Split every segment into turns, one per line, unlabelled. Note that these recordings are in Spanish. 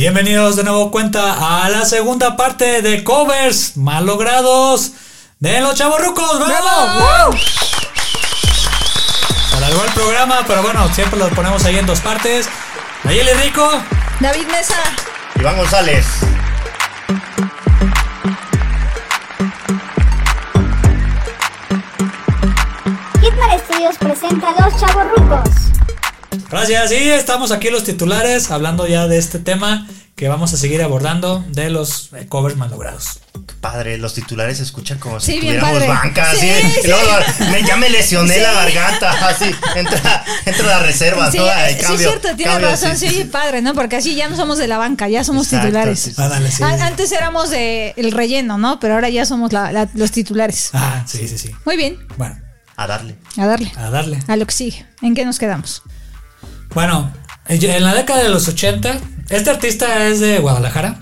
Bienvenidos de nuevo cuenta a la segunda parte de covers mal logrados de los chavorrucos. ¡Bravo! Se largó el programa, pero bueno, siempre lo ponemos ahí en dos partes. Nayeli Rico.
David Mesa.
Iván González.
Hitman Studios presenta a Los Chavorrucos.
Gracias. Y estamos aquí los titulares hablando ya de este tema que vamos a seguir abordando de los eh, covers mal logrados.
Padre, los titulares se escuchan como
Sí,
si
bien
tuviéramos
padre.
banca,
Sí,
así.
sí.
Y luego lo- me- ya me lesioné la garganta, así. Entra, entra la reserva,
Sí,
¿no? Ay,
sí,
cambio,
es cierto, tienes
cambio,
razón,
sí,
se oye padre, ¿no? Porque así ya no somos de la banca, ya somos
Exacto,
titulares.
sí, sí.
Ándale, Ah, sí.
An- Antes éramos de el relleno, ¿no? Pero ahora ya somos la- la- los titulares.
Ah, sí, sí, sí.
Muy bien,
Bueno,
A darle.
a darle,
a darle.
a lo que sigue. ¿En qué nos quedamos?
Bueno, en la década de los 80, este artista es de Guadalajara,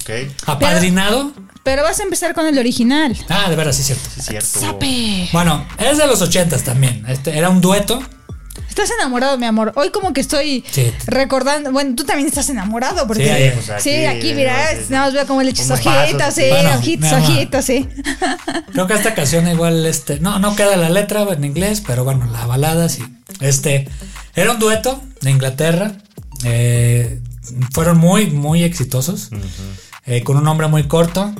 Ok,
apadrinado.
Pero vas a empezar con el original.
Ah, de veras, sí, cierto.
sí, es cierto.
¡Sape!
Bueno, es de los 80 también. Este era un dueto.
Estás enamorado, mi amor. Hoy como que estoy
Sí.
recordando. Bueno, tú también estás enamorado
Sí, ahí,
porque.
pues,
Sí, aquí, mira,
no sé,
nada más veo cómo le echas
unos vasos,
ojitos, sí,
sí.
Bueno,
ojitos,
mi amor.
ojitos, eh. sí.
Creo que esta canción igual este no no queda la letra en inglés, pero bueno, la balada sí. Este era un dueto de Inglaterra. Eh, fueron muy muy exitosos. eh, con un nombre muy corto.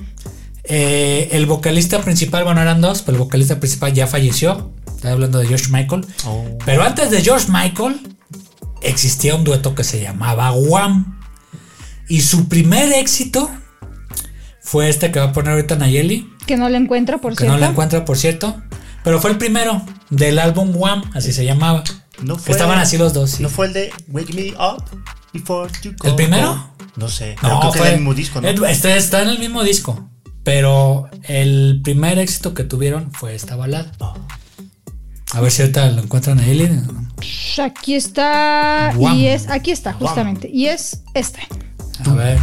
Eh, el vocalista principal, bueno, eran dos, pero el vocalista principal ya falleció. Estaba hablando de George Michael.
Oh.
Pero antes de George Michael, existía un dueto que se llamaba Wham. Y su primer éxito fue este que va a poner ahorita Nayeli,
Que no lo encuentro, por
que
cierto.
no la encuentra, por cierto. Pero fue el primero del álbum Wham, así se llamaba.
No
Que
fue-
estaban así los dos. sí.
¿No fue el de Wake Me Up Before You Go?
¿El primero?
No sé. pero creo que era el mismo disco, ¿no?
Ed- este está en el mismo disco. Pero el primer éxito que tuvieron fue esta balada. A ver si ahorita lo encuentran ahí. Lina.
Psh, Aquí está.
Guam.
Y es. Aquí está, justamente. Y es este.
A ver.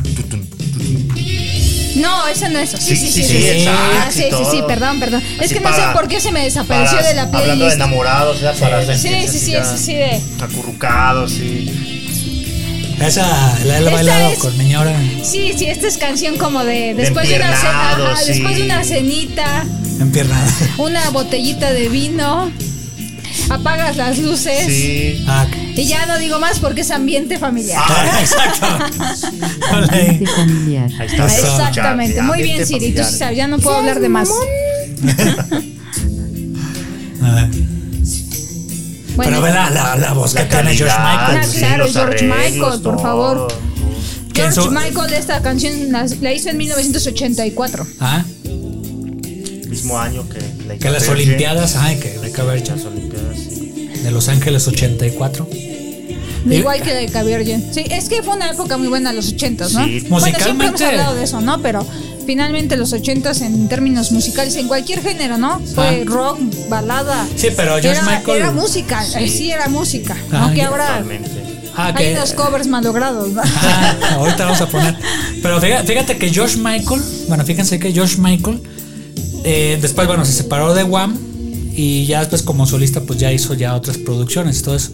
No, ese no es. Sí, sí, sí.
sí, sí, exacto,
Ah, sí,
y
sí, sí,
todo.
perdón, perdón. es
Así
que no sé
para-
por qué se me desapareció
para-
de la playlist.
Hablando de enamorados, era para
sí,
sentirse
sí, sí,
así
es
ya
así de.
Acurrucados, sí.
Esa la he
Esta
bailado
es-
con mi señora.
Sí, sí, esta es canción como de después de, una cena,
empiernado,
ajá, después de
sí.
una cenita,
Empiernada.
una botellita de vino, apagas las luces
Sí.
Ah,
y ya no digo más porque es ambiente familiar.
Ah,
exacto.
Ambiente
Ole.
familiar.
ahí está.
Eso.
Exactamente, muy bien Siri, tú sí sabes, ya no puedo hablar de más.
A ver. Pero
Bueno,
ve la, la, la voz
La
que tiene George
calidad,
Michael.
Ah,
sí,
claro,
los
George Michael, por
todo.
favor.
que en
George
su-
Michael esta canción la, la hizo en 1984.
Ah,
Mismo año que, la
que las
Independencia.
Olimpiadas. Ay, que hay que ver,
Las Olimpiadas, sí.
De Los Ángeles 84. Y-
Igual que la de Cabergen. Sí, es que fue una época muy buena los 80, ¿no?
Sí,
Bueno, siempre hemos
musicalmente.
hablado de eso, ¿no? Pero finalmente los 80 en términos musicales, en cualquier género, ¿no? Fue
Ah.
rock, balada.
Sí, pero George
era,
Michael-
Era música, eh, sí, era música.
Ah,
¿no? Que
ya.
ahora
Totalmente.
Ah,
hay unos covers malogrados, ¿no?
Ah, ahorita vamos a poner. Pero fíjate, fíjate que George Michael, bueno, fíjense que George Michael, eh, después, bueno, se separó de Wham y ya después como solista, pues ya hizo ya otras producciones y todo eso.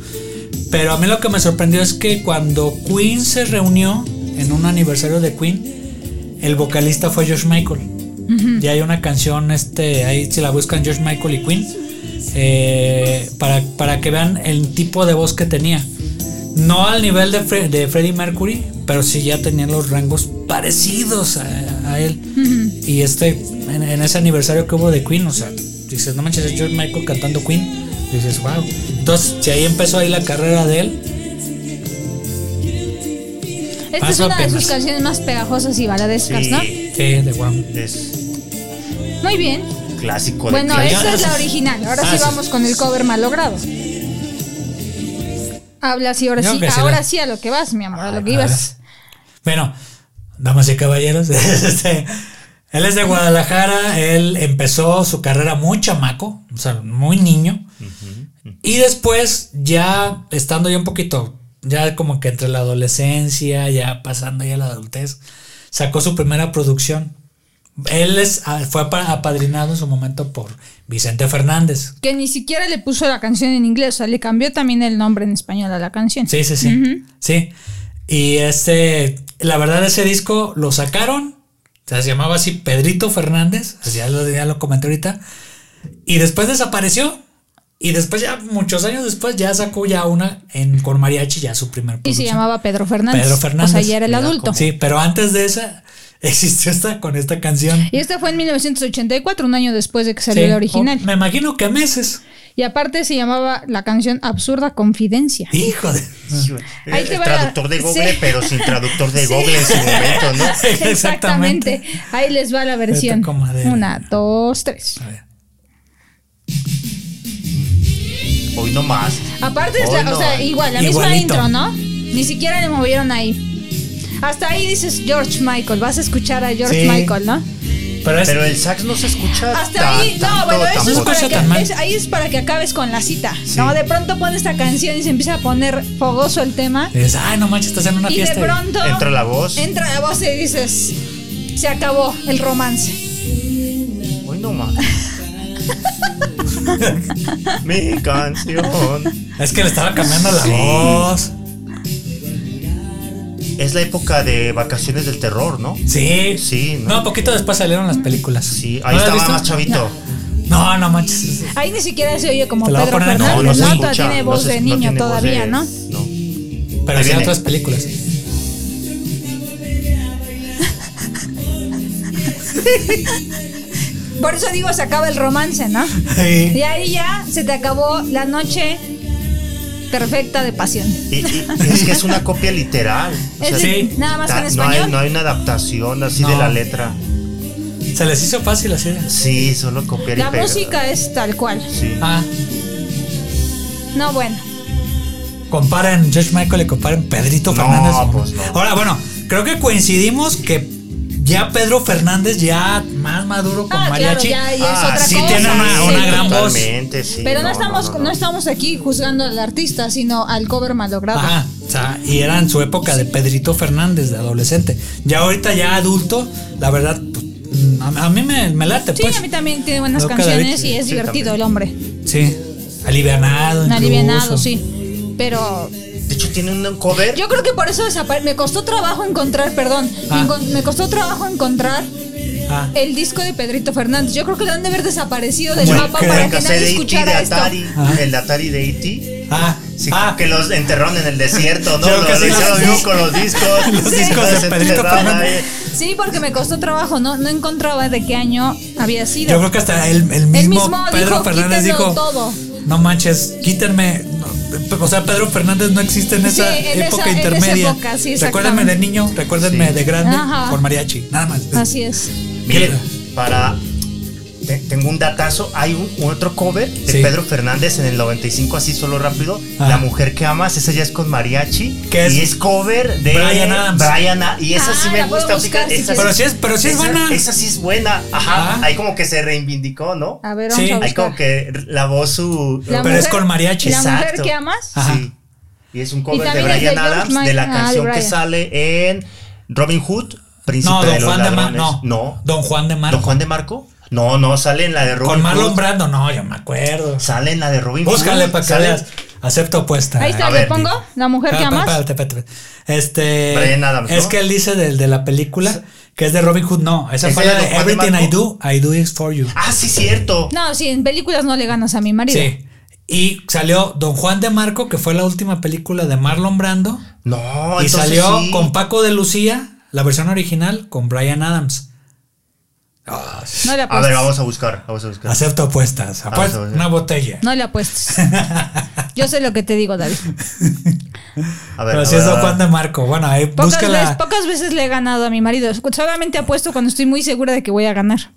Pero a mí lo que me sorprendió es que cuando Queen se reunió en un aniversario de Queen, el vocalista fue George Michael. Y hay una canción, este, ahí si la buscan George Michael y Queen, eh, para, para que vean el tipo de voz que tenía. No al nivel de, Fre- de Freddie Mercury, pero sí ya tenía los rangos parecidos a, a él. Y este, en, en ese aniversario que hubo de Queen, o sea, dices, no manches, es George Michael cantando Queen. Dices, wow. Entonces, si ahí empezó ahí la carrera de él,
Esta es
Paso
una de sus
apenas.
canciones más pegajosas y baladescas, ¿no?
Sí,
sí, eh, de wow.
es
Muy bien.
clásico de
Bueno,
clásicos.
esa es la original. Ahora
Ah,
sí
sí.
vamos con el cover malogrado. Habla sí, ahora
Yo
sí,
que sí,
ahora
la-
sí a lo que vas, mi amor, a lo que ibas.
Bueno, damas y caballeros, este, él es de Guadalajara, él empezó su carrera muy chamaco, o sea, muy niño. Y después, ya estando ya un poquito, ya como que entre la adolescencia, ya pasando ya la adultez, sacó su primera producción. Él es, ah, fue apa- apadrinado en su momento por Vicente Fernández.
Que ni siquiera le puso la canción en inglés, o sea, le cambió también el nombre en español a la canción.
Sí, sí, sí. Sí. Y este, la verdad, ese disco lo sacaron. o sea, se llamaba así Pedrito Fernández. así ya lo, ya lo comenté ahorita. Y después desapareció. Y después, ya muchos años después, ya sacó ya una en, con mariachi, ya su primer
Y se
producción.
llamaba Pedro Fernández.
Pues Pedro Fernández.
O sea, ya era el
Era
adulto.
como- Sí, pero antes de esa existió esta con esta canción.
Y esta fue en 1984, un año después de que salió
Sí, oh,
la original.
o- me imagino que meses.
Y aparte se llamaba la canción Absurda Confidencia.
Hijo de.
Ahí
El
te va la-
traductor de Google,
Sí.
pero sin traductor de
Sí.
Google en su momento, ¿no?
Exactamente.
Exactamente. Ahí les va la versión.
Vete con madera.
Una, dos, tres.
A ver.
Hoy no más.
Aparte, es la-
Hoy no.
o sea, igual, la misma
Igualito.
intro, ¿no? Ni siquiera le movieron ahí. Hasta ahí dices George Michael. Vas a escuchar a George
Sí.
Michael, ¿no?
Pero es-
Pero el sax no se escucha
Hasta
tan-
ahí, no,
tanto
bueno, eso
tampoco. No
es para
se escucha
que,
tan mal.
es- ahí es para que acabes con la cita.
Sí.
No, de pronto pone esta canción y se empieza a poner fogoso el tema.
es, ay, no manches, estás en una
Y de
fiesta.
pronto
Entra la voz.
entra la voz y dices, se acabó el romance.
Hoy no más. Mi canción.
Es que le estaba cambiando la
Sí.
voz.
Es la época de vacaciones del terror, ¿no?
Sí.
Sí,
No,
¿no?
poquito después salieron las películas.
Sí,
¿No
ahí
las
estaba
viste?
más chavito.
No, no manches.
Ahí ni siquiera se oye como
Te la voy a
Pedro
poner en- No,
Fernández,
no
¿no?
se
Todavía tiene voz
se-
de niño
tiene voz
todavía,
de-
¿no?
No.
Pero
Ahí
sí
viene.
otras películas.
Por eso digo, se acaba el romance, ¿no?
Sí.
Y ahí ya se te acabó la noche perfecta de pasión.
Y, y- y es que es una copia literal. O sea,
Es
sí.
nada más que en
ta- no, hay,
español.
no hay una adaptación así
No.
de la letra.
Se les hizo fácil así. de-
Sí, solo copiar y
la
pegar.
música es tal cual.
Sí.
Ah,
No, bueno.
comparen George Michael y comparen Pedrito
No,
Fernández.
pues no.
Ahora, bueno, creo que coincidimos que ya Pedro Fernández, ya más maduro con
Ah, claro,
mariachi.
ya, ya es
Ah,
otra
sí
cosa.
tiene una- una
sí.
gran voz.
Totalmente, sí.
Pero no, estamos, no,
no.
estamos aquí juzgando al artista, sino al cover malogrado.
Ajá, o sea, y era en su época de Pedrito Fernández, de adolescente. Ya ahorita, ya adulto, la verdad, pues, mm, a, a mí me, me late,
Sí,
pues.
a mí también tiene buenas
Luca
canciones
David,
y es
sí,
divertido
también.
el hombre.
Sí, alivianado.
Un
incluso.
alivianado, sí. Pero
De hecho, tiene un cover.
yo creo que por eso desapare- me costó trabajo encontrar, perdón,
Ah.
me encon- me costó trabajo encontrar
Ah,
el disco de Pedrito Fernández. Yo creo que lo han de haber desaparecido del
Bueno,
mapa
creo
para
que
que
casé
nadie
de E.T. de
escuchara esto.
Atari,
Ajá.
el de Atari de E.T.
ah,
Sí,
ah,
que los enterraron en el desierto, ¿no?
Creo que
Lo-
sí,
lo hicieron
los-
vivo con los discos.
Los discos de
se
Pedrito
enterraron
Fernández.
ahí.
Sí, porque me costó trabajo, no, no encontraba de qué año había sido.
yo creo que hasta el, el mismo,
Él mismo
Pedro
dijo,
Fernández
"Quítenlo
dijo:
todo".
No manches, quítenme. no, o sea, Pedro Fernández no existe en
Sí,
esa
en esa-
época
en esa
intermedia.
época, sí,
recuérdenme de
exactamente.
niño, recuérdenme
Sí.
de grande
Ajá.
con mariachi, nada más.
Así es.
Miren, para. te- Tengo un datazo. Hay un, un otro cover de
Sí.
Pedro Fernández en el 95, así solo rápido.
Ah.
La mujer que amas, esa ya es con mariachi.
Que es
y es cover de
Bryan Adams.
Bryan A- y esa sí
Ah,
me
la puedo
gusta.
buscar
fíjate,
si
esa
quieres.
Pero sí es, pero sí es
esa-
buena.
Esa sí es buena. Ajá.
Ah.
Ahí como que se reivindicó, ¿no?
A ver, vamos
Sí.
a
Ahí como
buscar.
que lavó su.
La
Pero es con mariachi.
La mujer
Exacto.
que amas.
Ajá.
Sí. Y es un
Y
cover de
también es de
Brian
George
Adams
Ma-
de
ah,
la
de
canción que
Bryan.
sale en Robin Hood, Príncipe
No,
de
Don
los
Juan de Mar-
Ladrones.
no.
no.
Don Juan de Marco.
¿Don Juan de Marco? No, no, sale en la de Robin
Con
Hood.
Marlon Brando, no, yo me acuerdo.
Sale en la de Robin
Búscale
Hood.
para que
sale
veas. Acepto apuesta.
Ahí
A
está, le
ver,
pongo.
di-
La mujer que
Espérate,
amas.
espérate, espérate, espérate. Este.
Bryan Adams, ¿no?
Es que él dice del de la película que es de Robin Hood. No, esa
¿Ese
fue
de
la de
Don Juan de
Everything I
Marco?
Do, I Do Is For You.
Ah, sí, cierto.
No, sí, en películas no le ganas a mi marido.
Sí. Y salió Don Juan de Marco, que fue la última película de Marlon Brando.
No,
y
entonces
salió
sí.
con Paco de Lucía, la versión original, con Bryan Adams. Ah,
No le
A ver,
apuestes.
vamos a buscar, vamos a buscar.
acepto apuestas. Apuest-
Ah, sí, sí.
una botella.
No le apuestes. Yo sé lo que te digo, David.
A ver,
Pero
a
si es
ver,
Don
a
Juan
ver.
de Marco. Bueno, ahí
Pocas veces,
búscala.
pocas veces le he ganado a mi marido. Solamente apuesto cuando estoy muy segura de que voy a ganar.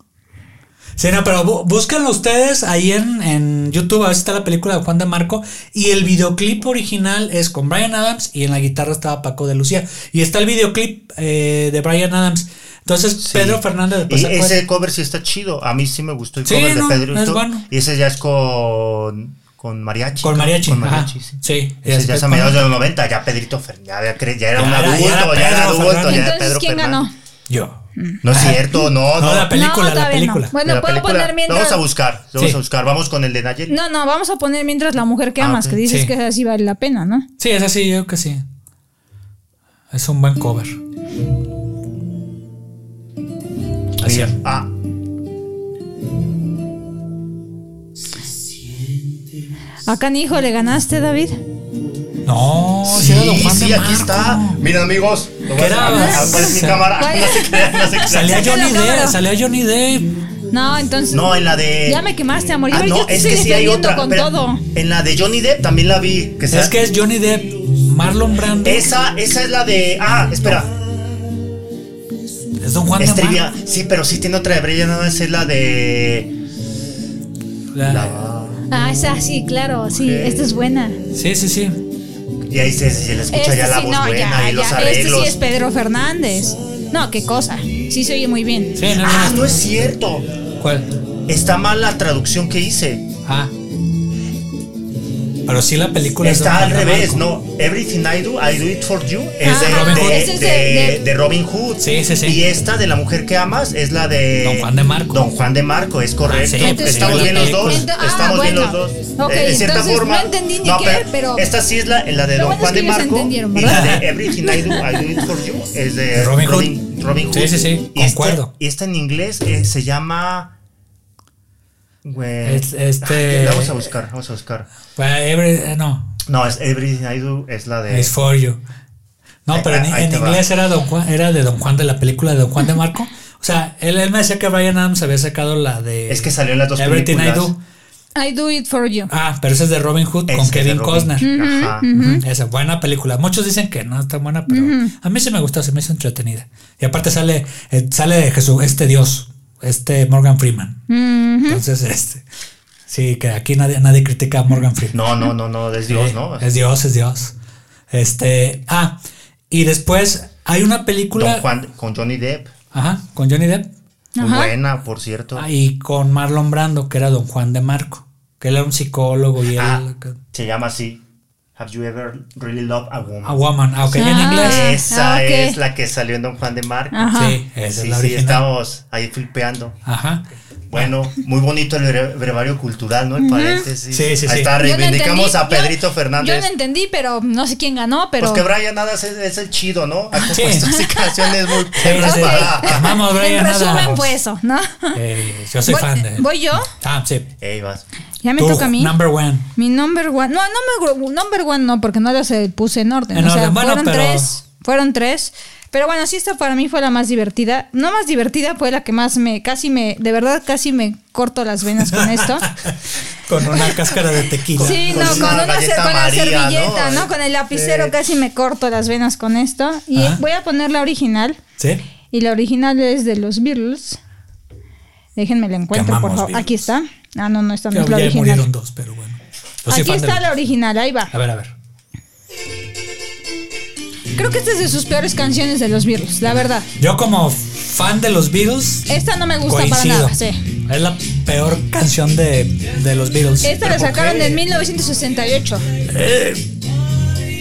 Sí, no, pero bú- búsquenlo ustedes ahí en, en YouTube. A ver si está la película de Juan de Marco. Y el videoclip original es con Brian Adams y en la guitarra estaba Paco de Lucía. Y está el videoclip eh, de Brian Adams. Entonces,
Sí.
Pedro Fernández después
Y
sacó
ese
ese-
cover sí está chido. A mí sí me gustó el
Sí,
cover
no,
de Pedro.
es
Histo.
bueno.
Y ese ya es con, con mariachi.
Con
¿no?
mariachi,
Con
ajá.
mariachi, sí.
Sí,
Ese
es
ya es a mediados de los 90, ya Pedrito Fernández, ya, había cre- ya era
Ya
un
era- ya era
adulto, ya era
Pedro
adulto,
Fernández.
ya era
Entonces,
Pedro
¿quién ganó?
Fernández.
Yo.
No es cierto, no,
No,
no.
la película,
No,
la
todavía no.
película.
Bueno,
La
puedo
película,
poner mientras.
Vamos a buscar, vamos
Sí.
a buscar, vamos con el de Nayeli.
No, no, vamos a poner mientras la mujer que
Ah,
amas,
ok.
que dices
Sí.
que así vale la pena, ¿no?
Sí, es así, yo creo que sí. Es un buen cover. Así.
Mira, Ah,
Acá, hijo, le ganaste, David.
No, sí,
sí,
era Don Juan
sí,
de
aquí
Marco.
está. Miren, amigos. lo voy a-
era?
ah, ¿Cuál es mi cámara?
¿Cuál?
No se crean, no se crean.
Salía
Saca la
Johnny
cámara.
Depp, salía Johnny Depp.
No, entonces.
No, en la de.
ya me quemaste, amor. Yo,
Ah,
yo
no,
te
es
estoy
que sí hay
defendiendo
otra.
con
espera,
todo.
En la de Johnny Depp también la vi. Que sea-
Es que es Johnny Depp, Marlon Brando. Es,
Esa, esa es la de. Ah, espera.
Don Juan
Es
de
trivia.
Marco.
Sí, pero sí tiene otra de Brilla, nada más es la de.
La-
la-
Ah, esa sí, claro, sí,
Ok.
esta es buena.
sí, sí, sí.
Y ahí se, se le escucha
Este
ya la
sí,
voz
no,
buena
ya,
y los
ya. Este
arreglos.
sí es Pedro Fernández. No, qué cosa. Sí se oye muy bien.
Sí, no, no,
Ah,
no.
no es cierto.
¿Cuál?
Está mal la traducción que hice.
Ah. Pero sí la película es
Está
Don
al
Juan de
revés,
Marco.
¿no? Everything I do, I do it for you. Es
Ah,
de,
Robin
de-
Hood.
Ese es
de-
de-
de Robin Hood.
Sí, sí, sí.
Y esta de la mujer que amas es la de.
Don Juan de Marco.
Don Juan de Marco, es correcto.
Ah, sí, pues,
Estamos
sí,
bien
la
los dos.
película. Ento- ah,
Estamos bien los
bueno.
dos.
Ok,
Eh, de cierta
entonces,
forma.
no entendí ni qué, pero-
Esta sí es la, la de
Lo
Don
bueno es
Juan
que
de
ellos
Marco.
entendieron,
Y la
¿verdad?
de Everything I do, I do it for you es de
De Robin Hood.
Robin, Robin Hood.
Sí, sí, sí,
Y esta,
concuerdo.
y esta en inglés eh, se llama. Güey.
Es- este-
Ay, la vamos a buscar, vamos a buscar.
Pues, Every- eh, no,
No, es Everything I Do es la de.
es For You. No,
Ahí-
pero en,
ahí
en
te va.
inglés era, Don Juan, era de Don Juan, de la película de Don Juan de Marco. O sea, él, él me decía que Brian Adams había sacado la de...
Es que salió en las dos
Everything
películas.
I Do.
I do it for you.
Ah, pero esa es de Robin Hood
Es
con
de
Kevin
Robin.
Costner.
Ajá.
Ujú, Esa buena película. Muchos dicen que no es tan buena, pero a mí se me gustó, se me hizo entretenida. Y aparte sale, eh, sale Jesús, este Dios, este Morgan Freeman. Entonces, este. Sí, que aquí nadie, nadie critica a Morgan Freeman.
No, no, no, no, es Dios, ¿no?
Eh, Es Dios, es Dios. Este. Ah, y después hay una película.
Don Juan con Johnny Depp.
Ajá, con Johnny Depp.
Muy
Ajá.
buena, por cierto.
ah, y con Marlon Brando, que era Don Juan de Marco. Que él era un psicólogo y él.
Ah, se llama así. Have you ever really loved a woman?
A Woman. Ah, ok, en
Ah.
inglés.
Esa
Ah, ok. Ah.
es la que salió en Don Juan de Marco.
Ajá.
Sí, esa
Sí,
es la
sí,
original.
estamos ahí flipeando.
Ajá.
Bueno, muy bonito el bre- brevario cultural, ¿no? El paréntesis.
Sí, sí, sí.
Ahí está,
Yo no
Ah, reivindicamos
entendí,
a Pedrito
yo-
Fernández.
Yo no entendí, pero no sé quién ganó, pero.
Pues que Brian nada es, es el chido, ¿no? Ha
Sí.
compuesto así canciones muy
Sí,
perras
sí.
para-
Te amamos, Brian
en resumen
Adams.
fue eso, ¿no?
Eh, yo soy
voy,
fan de.
¿Voy yo?
Ah, sí.
Ey, vas.
Ya me
Tú,
toca a mí.
Number one.
Mi number one. No, number, number one no, porque no los eh, puse en orden.
En
o sea,
orden, bueno,
fueron
pero-
tres. Fueron tres. Pero bueno, sí, esta para mí fue la más divertida. No más divertida, fue la que más me. Casi me. De verdad, casi me corto las venas Pues con esto.
Con una cáscara de tequila.
Sí,
Con
no,
una
con una
galleta
ser- con la
María,
servilleta,
¿no?
¿no? Con el lapicero
Sí.
casi me corto las venas con esto. Y
Ajá.
voy a poner la original.
¿Sí?
Y la original es de los Beatles. Déjenme la encuentro,
amamos,
por favor.
Beatles.
Aquí está. Ah, no, no, esta no
Ya,
es la
ya murieron
original.
dos, pero bueno.
Pues
Yo soy
Aquí
fan
está
de-
la original, ahí va.
Ah.
A ver, a ver.
Creo que esta es de sus peores canciones de los Beatles, la verdad.
Yo, como fan de los Beatles,
Esta no me gusta para
coincido.
nada, sí.
Es la peor canción de, de los Beatles.
Esta la sacaron en 1968.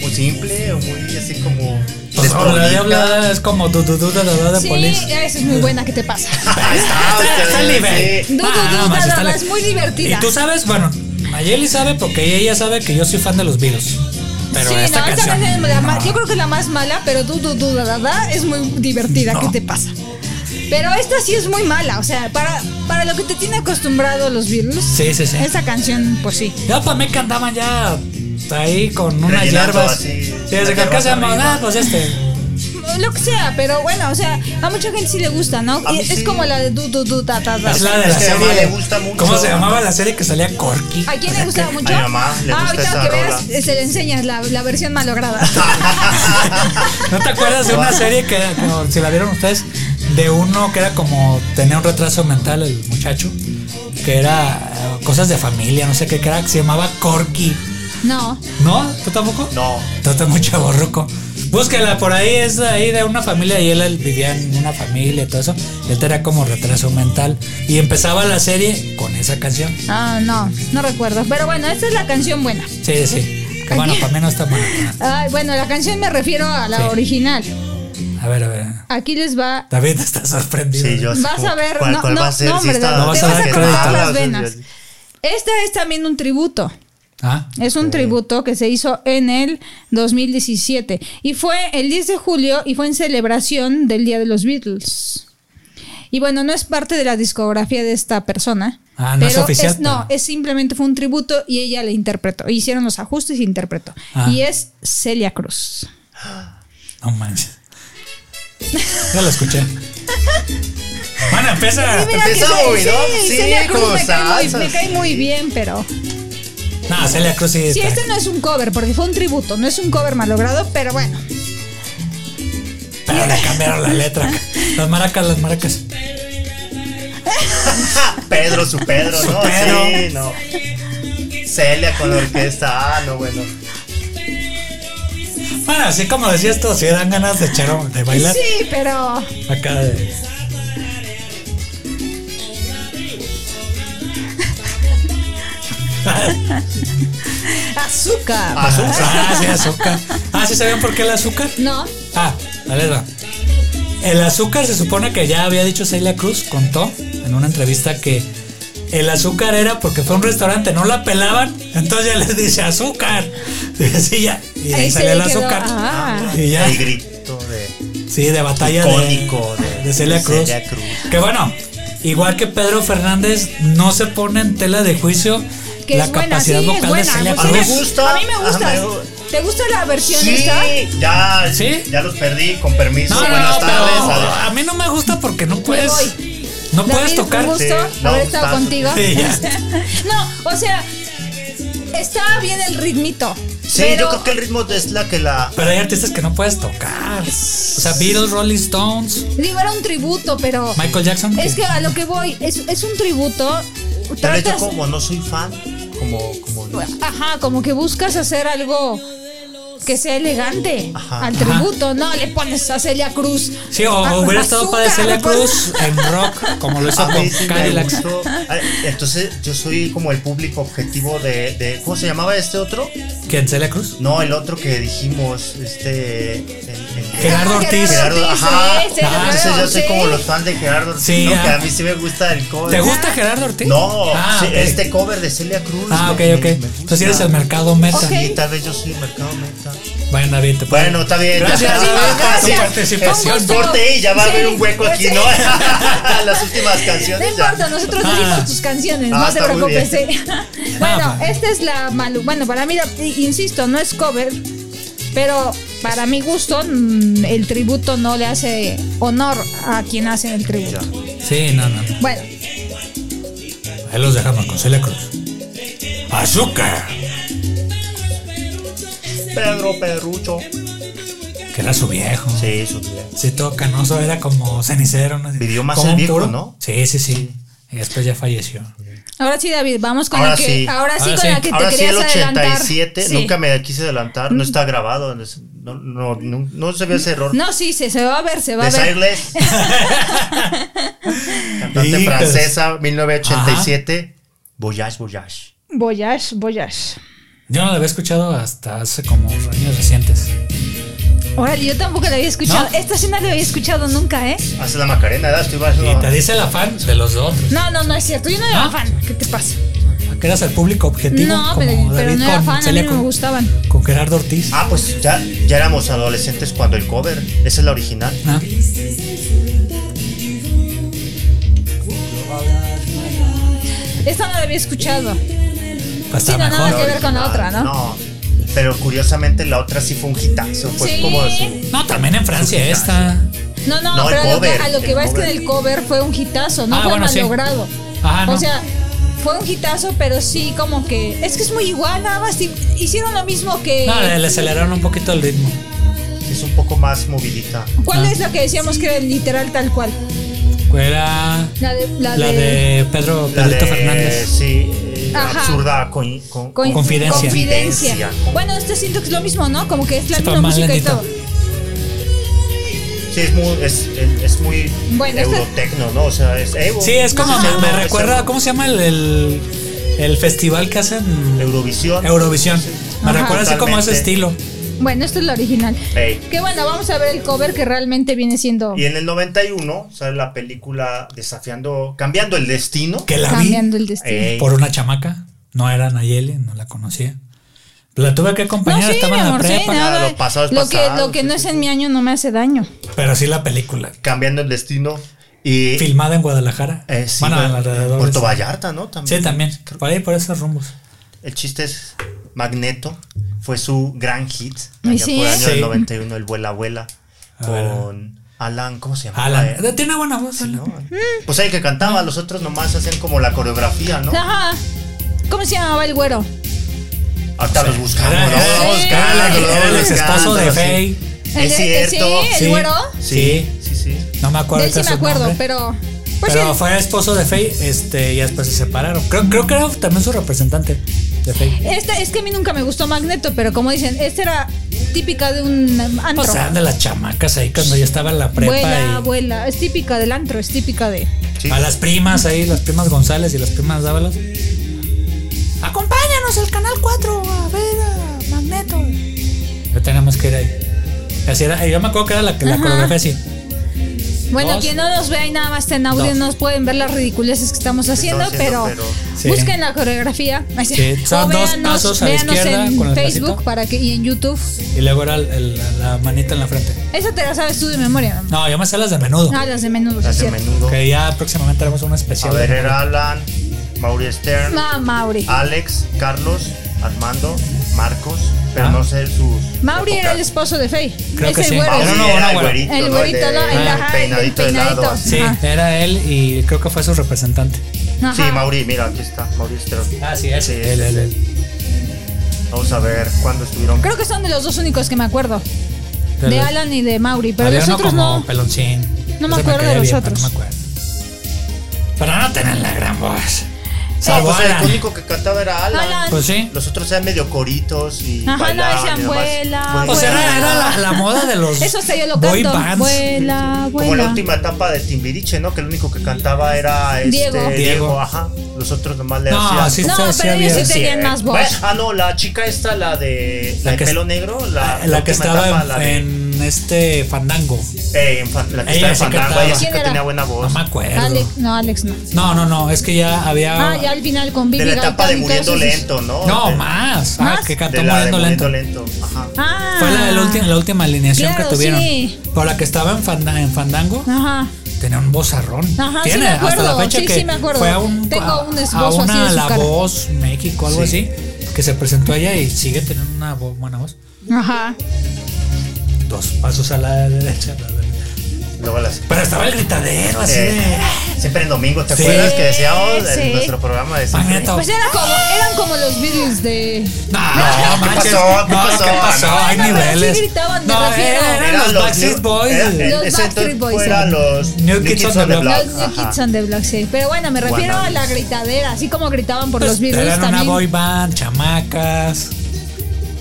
Muy simple o muy así como.
Pues, como la diabla es como du, du, du, da, da, da, de
Sí,
polis.
esa es muy buena, ¿qué te pasa?
Ahí está,
Está- está
ustedes,
nivel.
sí.
Du, du,
Ah,
du,
nada más,
da,
está
da,
la-
es muy divertida.
Y tú sabes, bueno, Mayeli sabe porque ella sabe que yo soy fan de los Beatles. Pero
sí,
esta
no,
canción.
esta canción es la ma- yo creo que es la más mala, pero du, du, du, da, da, da, es muy divertida,
No.
¿qué te pasa? Pero esta sí es muy mala, o sea, para, para lo que te tiene acostumbrado los Beatles.
Sí, sí, sí.
Esa canción, pues sí.
Ya para mí que andaban ya ahí con unas
Rellenando
hierbas.
así,
Sí,
las
desde que acá
hierbas
se llama,
arriba.
ah, pues este.
Lo que sea, pero bueno, o sea, a mucha gente sí le gusta, ¿no?
A mí
Y es
sí.
como la de du, du, du, da, da, da.
Es la de
Es
la
que a mi
serie.
mamá le gusta mucho.
¿Cómo se llamaba la serie que salía Corky?
¿A quién le gusta mucho?
mi mamá le
ah,
gusta
ahorita
esa
que
rola.
veas, eh, se le enseñas la, la versión malograda.
¿No te acuerdas de una serie que, como, si la vieron ustedes, de uno que era como tenía un retraso mental el muchacho? Que era eh, cosas de familia, no sé qué, que era, que se llamaba Corky.
No.
¿No? ¿Tú tampoco?
No.
Tú estás muy chaborruco. Búscala por ahí, es de ahí de una familia y él, él vivía en una familia y todo eso. Él tenía como retraso mental. Y empezaba la serie con esa canción.
Ah, no, no recuerdo. Pero bueno, esta es la canción buena.
Sí, sí. Que bueno, para mí no está bueno.
Ay, bueno, la canción me refiero a la
Sí.
original.
A ver, a ver.
Aquí les va.
David está sorprendido.
Sí, yo así
Vas
como,
a ver,
¿cuál-
no,
cuál
no,
va a ser?
no,
Sí
hombre,
está-
no,
No vas
te
a
vas a
ver
cortar
nada.
las venas. Esta es también un tributo.
Ah,
Es un tributo que se hizo en el 2017 y fue el 10 de julio y fue en celebración del Día de los Beatles. Y bueno, no es parte de la discografía de esta persona.
Ah, no es oficial,
no,
pero-
es simplemente fue un tributo y ella le interpretó. Hicieron los ajustes y interpretó.
Ah.
Y es Celia Cruz.
no manches. Ya lo escuché. Bueno, empieza.
Mira que
Empieza
Cel-
movidón, sí,
Celia Cruz
como
me cae,
salsa.
muy, me cae muy bien, pero...
No, Celia Cruz sí.
Sí,
está-
este no es un cover, porque fue un tributo, no es un cover malogrado, pero bueno.
Pero le cambiaron la letra. Las maracas, las maracas.
Ah, Pedro, su Pedro,
Su
¿no?
Pedro.
Sí, no. Celia con la orquesta, ah, no, bueno.
Pues Bueno, así como decías tú, si dan ganas de echar un- de bailar.
Sí, pero...
Acá de.
Azúcar.
Azúcar. Ah, sí, azúcar. Ah, sí, ¿sabían por qué el azúcar?
No.
Ah, ahí les va. El azúcar se supone que ya había dicho Celia Cruz, contó en una entrevista que el azúcar era porque fue a un restaurante, no la pelaban, entonces ya les dice azúcar. Y así ya, y ahí,
Ahí se
salió
le
el
quedó,
azúcar.
ah.
Y ya,
El grito de.
sí, de batalla de-
Icónico
de,
de-
Celia
de
Cruz.
Celia Cruz.
Que bueno, igual que Pedro Fernández, no se pone en tela de juicio
Que
la
es buena, sí,
capacidad
es
vocal
buena.
de Ah, Celia
pues,
A mí me
Cruz.
mira,
gusta,
A mí me gusta.
a mí me gu-
¿Te gusta la versión
Sí,
esta?
ya,
¿Sí?
ya los perdí, con permiso.
No, no, no,
Buenas tardes.
pero
adiós.
a mí no me gusta porque no puedes.
voy.
No puedes
David,
tocar.
Un gusto
Sí, no,
haber estado
gustazo.
contigo.
Sí, ya.
no, o sea, estaba bien el ritmito.
Sí,
pero
yo creo que el ritmo es la que la.
Pero hay artistas que no puedes tocar. O sea, Beatles, Rolling Stones,
digo, era un tributo, pero
Michael Jackson.
es que a lo que voy, es, es un tributo.
Tal vez yo
Tratas,
como no soy fan, como, como Luis.
ajá, como que buscas hacer algo que sea elegante
Ajá.
al
Ajá.
tributo, no le pones a Celia Cruz.
Sí, o
a-
hubiera estado
azúcar, pues.
para Celia
le pones-
Cruz en rock, como lo hizo
A
Ah, con
mí sí me
Cadillacs.
gustó. Ay, Entonces yo soy como el público objetivo de, de- ¿cómo se llamaba este otro?
¿Quién? ¿Celia Cruz?
No, el otro que dijimos, este, el- el-
Gerardo Ortiz.
Gerardo,
Ortiz,
ajá.
sí, sí,
Ah,
lo
Entonces
creo,
yo soy
sí.
como los fans de Gerardo Ortiz,
Sí,
¿no?
ah.
que a mí sí me gusta el cover.
¿Te gusta Gerardo Ortiz?
No,
Ah,
sí,
ok.
este cover de Celia Cruz.
Ah, ok,
me-
ok.
me- me gusta.
Entonces eres el mercado meta.
Ok.
Sí, tal vez yo soy el mercado meta.
Bueno, David, te puedo-
Bueno, está bien.
Gracias,
ya.
David, por tu
Gracias.
participación.
Es un corte y ya va a haber
Sí,
un hueco aquí,
sí.
¿no? Las últimas
No
canciones ya.
importa, nosotros
Ah.
decimos tus canciones,
Ah,
no te
está muy
preocupes.
bien. pues.
¿eh? bueno,
Ah.
esta es la malu. Bueno, para mí, la- insisto, no es cover, pero para mi gusto, mm, el tributo no le hace honor a quien hace el tributo.
Sí, no, no.
Bueno,
Ahí los dejamos con Celia Cruz. Azúcar.
Pedro Pedrucho.
Que era su viejo.
Sí, su tía.
Sí, todo canoso, era como cenicero. ¿no?
Vivió más
Como
el
un
viejo,
puro.
¿no?
Sí, sí, sí. Y después ya falleció.
ahora sí, David, vamos con
Ahora
la que.
sí.
Ahora sí,
Ahora
con
sí.
la que te
Ahora sí,
querías
el 87.
adelantar. Sí. Mm.
Nunca me quise adelantar. No está grabado. No, no, no, no se ve ese error.
No, sí, se, se va a ver, se va a ver.
Desireless. Cantante
Híjoles.
francesa, 1987. Voyage, Voyage.
Voyage, voyage.
Yo no la había escuchado hasta hace como años recientes.
Órale, yo tampoco la había escuchado.
¿No?
Esta sí no la había escuchado nunca, ¿eh?
Hace la Macarena, ¿verdad? Estoy bajo-
Y te dice la fan de los dos.
No, no, no es cierto. Yo no era
¿No?
fan. ¿Qué te pasa?
Que eras el público objetivo.
No,
como
pero, pero
David
no era
con
fan. A mí
Celia
no me
Cruz-
gustaban.
Con Gerardo Ortiz.
Ah, pues ya, ya éramos adolescentes cuando el cover. Esa es la original.
Ah.
Esta no la había escuchado.
Pues está
Sí, no, no,
mejor.
que ver con la otra, ¿no?
No. Pero curiosamente la otra sí fue un hitazo. Fue
Sí.
como su-
No, también en Francia esta.
No, no,
No, el
pero a lo que-
cover,
a lo que,
el
va es que
cover.
en el cover fue un hitazo, no
Ah,
fue
bueno, sí.
malogrado.
Ajá, no.
O sea, fue un hitazo, pero sí como que. Es que es muy igual, nada más. sí, Hicieron lo mismo que.
No, le, le aceleraron un poquito el ritmo.
es un poco más movidita.
¿Cuál
Ah.
es la que decíamos que era literal tal cual?
Era
La de. La,
la
de...
de Pedro
La
Pedrito
de-
Fernández.
Sí, eh,
Ajá.
absurda con, con-
Coin-
Confidencia.
Confidencia.
Confidencia.
Bueno, este siento que es lo mismo, ¿no? Como que es la
Sí, pero
misma
más
música y
lentito.
todo.
Sí, es muy, es, es- es muy
Bueno, este- esto-
eurotecno, ¿no? O sea, es Evo.
Sí, es como.
Entonces,
Me,
Evo
me
es
recuerda.
Evo.
¿Cómo se llama el, el, el festival que hacen?
Eurovisión.
Eurovisión. Me
Ajá.
recuerda así como a ese
Totalmente.
estilo.
Bueno, esto es la original.
Ey.
Que bueno, vamos a ver el cover que realmente viene siendo.
Y en el 91 sale la película Desafiando, Cambiando el Destino.
Que la vi
Cambiando el destino.
Ey.
por una chamaca. No era Nayeli, no la conocía. La tuve que
No,
acompañar,
sí,
estaba
mi
en la
amor, sí,
prepa.
nada.
Lo pasado es
Lo que,
pasado,
lo que
sí,
no
sí,
es en mi año no me hace daño.
Pero sí la película.
Cambiando el destino. Y.
Filmada en Guadalajara.
eh, sí,
bueno,
güey,
en alrededor.
Puerto Vallarta, ¿no? También.
Sí, también. Por ahí, por esos rumbos.
El chiste es Magneto. Fue su gran hit.
Y
Allá
sí,
por el
¿eh?
año del
Sí.
91, el Vuela Vuela.
A ver.
Con Alan, ¿cómo se llama?
Alan. Tiene buena voz, Alan.
Pues ahí que cantaba, los otros nomás hacían como la coreografía, ¿no?
Ajá. ¿Cómo se llamaba el güero?
Ahorita los buscamos,
Era-
lo vamos
era-
buscando,
era-
lo vamos
era el
buscando,
exesposo de
sí.
Faye.
El
Es
de- el-
cierto.
Sí, el
Sí.
güero.
Sí, sí, sí.
No me
De
acuerdo.
él sí
ahorita su
me acuerdo,
nombre.
pero. Pues
pero
el-
fue esposo de Faye este, y después se separaron. Creo, creo que era también su representante de Faye.
este, es que a mí nunca me gustó Magneto, pero como dicen, esta era típica de un um, antro.
O sea, de las chamacas ahí cuando ya estaba en la prepa.
Vuela,
y
vuela. Es típica del antro, es típica de.
Sí.
A las primas ahí, las primas González y las primas Dávalos. Acompáñanos al canal 4 a ver a Magneto. Ya tenemos que ir ahí. Así era, yo me acuerdo que era la, que la coreografía así.
Bueno,
Dos.
quien no nos vea y nada más está en audio,
Dos.
no nos pueden ver las ridiculeces que estamos haciendo,
haciendo,
pero,
pero-
Sí.
busquen la coreografía.
Sí, son
O
dos pasos a la
véanos
izquierda
en
con el
Facebook
pasito.
para que, y en YouTube.
Y luego era el- el- la manita en la frente.
Esa te la sabes tú de memoria. ¿no?
No, yo me sé las de menudo.
Ah, las de menudo. sí,
Las de
cierto.
menudo.
Que ya próximamente haremos una especial.
A ver,
de menudo.
era Alan, Mauri Stern,
Ah, Mauri.
Alex, Carlos, Armando, Marcos, pero
Ah.
no sé sus.
Mauri era el
épocas.
esposo de Faye.
Creo
es
que
el
sí.
güero.
Mauri
Ah, No, no,
era
no,
el
bueno.
güerito,
El güerito,
¿no?
¿no?
de-
El- ajá, el
peinadito de
peinadito.
lado. así.
Sí,
Ajá.
era él y creo que fue su representante.
Ajá.
Sí, Mauri, mira, aquí está, Mauri Stern.
Ah, sí, ese.
Sí,
él,
sí,
él, él.
Vamos a ver cuándo estuvieron.
Creo que son de los dos únicos que me acuerdo. De
Pero-
Alan y de Mauri, pero
Había
los
uno
otros
como
no.
peloncín.
No me
Ese
acuerdo de
caía
los
bien,
otros.
Pero no me acuerdo. Pero no tenían la gran voz.
Ah,
Salvo
pues
Alan.
el único que cantaba era Alan.
Alan.
Pues sí.
Los otros eran medio coritos y.
Ajá, no,
bailaban
decían,
y demás.
"Vuela,
O sea, Pues era, era la, la moda de los
Eso sí, yo lo
boy
canto.
bands.
Vuela,
Como la
vuela.
última etapa de Timbiriche, ¿no? Que el único que cantaba era este
Diego.
Diego.
Diego.
ajá. Los otros nomás le
No,
hacían.
sí,
No,
sí, sí
pero
había-
ellos sí
sí,
tenían más voz.
Pues, Ah, no, la chica esta, la de
La
la de
que-
pelo negro, la,
la, que
última
estaba
etapa,
en,
la de-
en este fandango.
eh, en fan- la que
Ella
estaba en
sí
Fandango,
cantaba.
ella sí
¿Quién
que
era?
tenía buena
No
voz.
me acuerdo.
Alex, no, Alex no.
No, no, no, es que ya había.
Ah, ya al final con Vivi
De la etapa de
Gaitán y
muriendo
todos esos-
lento, ¿no?
No,
De-
más. Ah,
¿Más?
que
De
cantó
la de
Muriendo Lento.
muriendo lento. Ajá.
Ah.
Fue la, la última, la última alineación
Claro,
que tuvieron.
sí.
Por la que estaba en, fanda- en Fandango.
Ajá.
Tenía un vozarrón.
Ajá, sí
Tiene
me acuerdo,
hasta la fecha
sí,
que
sí me acuerdo.
fue a un
Tengo
a-
un
a
esbozo
una
así de su
La
cara.
Voz México algo
Sí.
así que se presentó allá y sigue teniendo una vo- buena voz.
Ajá.
Dos pasos a la derecha. a la derecha.
Luego las.
Pero estaba el gritadero así
eh,
de
siempre en domingo, ¿te
Sí.
acuerdas que decíamos
Sí.
en nuestro programa de
Magneto.
Pues era como, eran como los Beatles de.
No,
¿qué
manches,
pasó? ¿Qué
no,
pasó?
¿qué pasó?
No,
Hay
no, pero sí
niveles.
gritaban, me
no,
refiero.
era- eran
Eran
los Backstreet
New-
Boys.
era- en
Los
ese
Backstreet
entonces
Boys,
Eran
sí.
los
New Kids on the Block.
Los New
Ajá.
Kids on the Block, sí. Pero bueno, me refiero
One
a la
Dance.
gritadera, así como gritaban por
Pues,
los Beatles
eran
también.
una boy band, chamacas.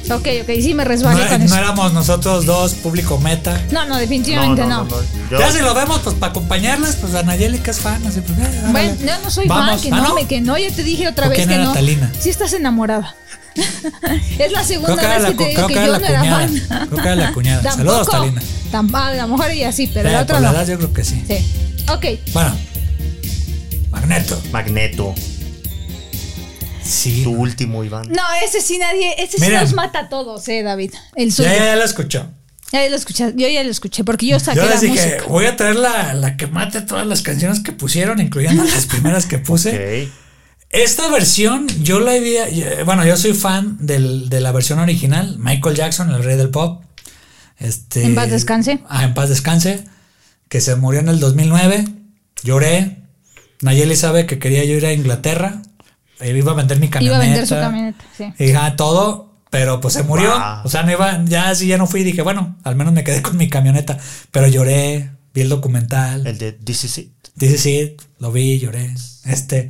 Ok, ok, sí me
No,
resbalé con
no
eso.
éramos nosotros dos, público meta.
No, no, definitivamente no.
Yo-
Ya si lo vemos, pues para acompañarlas, pues a Nayeli que es fan, así pues. eh, órale.
Bueno, yo no soy
Vamos.
fan, que
¿Ah,
no, me- que no, ya te dije otra
¿O
vez
quién
que
era
no.
Talina?
Sí estás enamorada. es la segunda
Creo que era
vez
la
que
cu-
te digo
creo
que,
que era
yo
la
no era
cuñada.
fan.
Creo que era la cuñada.
Tampoco.
Saludos, Talina.
Tam- ah, la mujer ella sí, pero
Eh,
la
por
otra
la
no.
edad yo creo que sí.
Sí. Ok,
Bueno. Magneto.
Magneto,
Sí.
tu último, Iván.
No, ese sí nadie, ese
Miren.
sí nos mata a todos, eh, David. El suyo.
Ya, ya,
Ya,
ya lo escuchó.
lo escuché, yo ya lo escuché, porque yo saqué
Yo
la
les dije,
música.
voy a traer la, la que mate todas las canciones que pusieron, incluyendo las primeras que puse.
Ok.
Esta versión, yo la había. eh, Bueno, yo soy fan del- de la versión original. Michael Jackson, el rey del pop. Este,
En paz descanse.
Ah, en paz descanse. Que se murió en el 2009. Lloré. Nayeli sabe que quería yo ir a Inglaterra. eh, Iba a vender mi camioneta.
Iba a vender su camioneta, sí.
Y ya todo. Pero pues se murió.
Wow.
O sea, no iba. Ya sí, ya no fui. Dije, bueno, al menos me quedé con mi camioneta. Pero lloré. Vi el documental.
El de This Is It.
Dice, sí, lo vi, lloré. Este.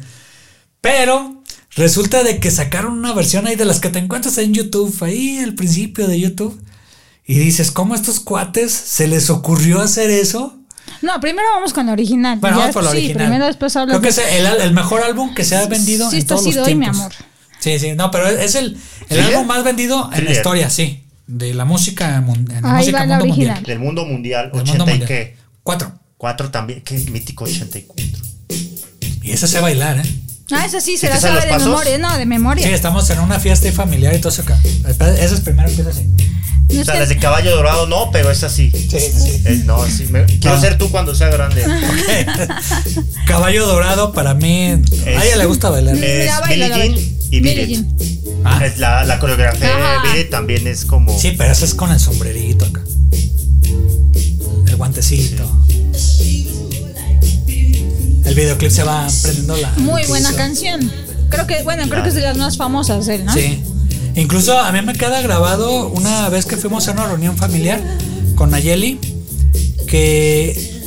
Pero resulta de que sacaron una versión ahí de las que te encuentras en YouTube, ahí al principio de YouTube. Y dices, ¿cómo a estos cuates se les ocurrió hacer eso?
No, primero vamos con la original.
Bueno,
Ya,
vamos por lo
sí,
original.
primero después hablas
Creo que
de-
es el, el mejor álbum que se ha vendido
Sí,
en
esto ha
todos los
sido hoy, mi
tiempos.
amor.
Sí, sí, no, pero es el, el
¿Thriller?
álbum más vendido en la
Thriller.
historia, sí. De la música, mun- en la
Ahí
música
va la
mundo mundial.
original.
Del mundo mundial,
Del
80
mundo
y
mundial.
qué.
Cuatro.
Cuatro también. Qué mítico 84.
Y esa se bailar, ¿eh?
Ah, esa sí, se
¿Sí
la
te sabes
sabe de
los pasos?
memoria, no, de memoria.
Sí, estamos en una fiesta y familiar y todo eso acá. Espera, Esa es primero, empieza así.
No
O sea,
sé.
las de caballo dorado no, pero esa sí.
Sí, sí.
Eh, no, sí. me- quiero
Ah.
ser tú cuando sea grande.
Caballo dorado para mí. a ella le gusta bailar.
Eh,
Mira,
es
baila,
Billie
baila.
Jean y
Billie
Beat It.
Jean.
Ah,
Es La, la coreografía
Ajá.
de Billie también es como.
sí, pero eso es con el sombrerito acá. El guantecito. El videoclip se va prendiendo la.
Muy
el
buena
piso.
canción. Creo que, bueno, creo que es de las más famosas de él, ¿no?
Sí. Incluso a mí me queda grabado una vez que fuimos a una reunión familiar con Nayeli, que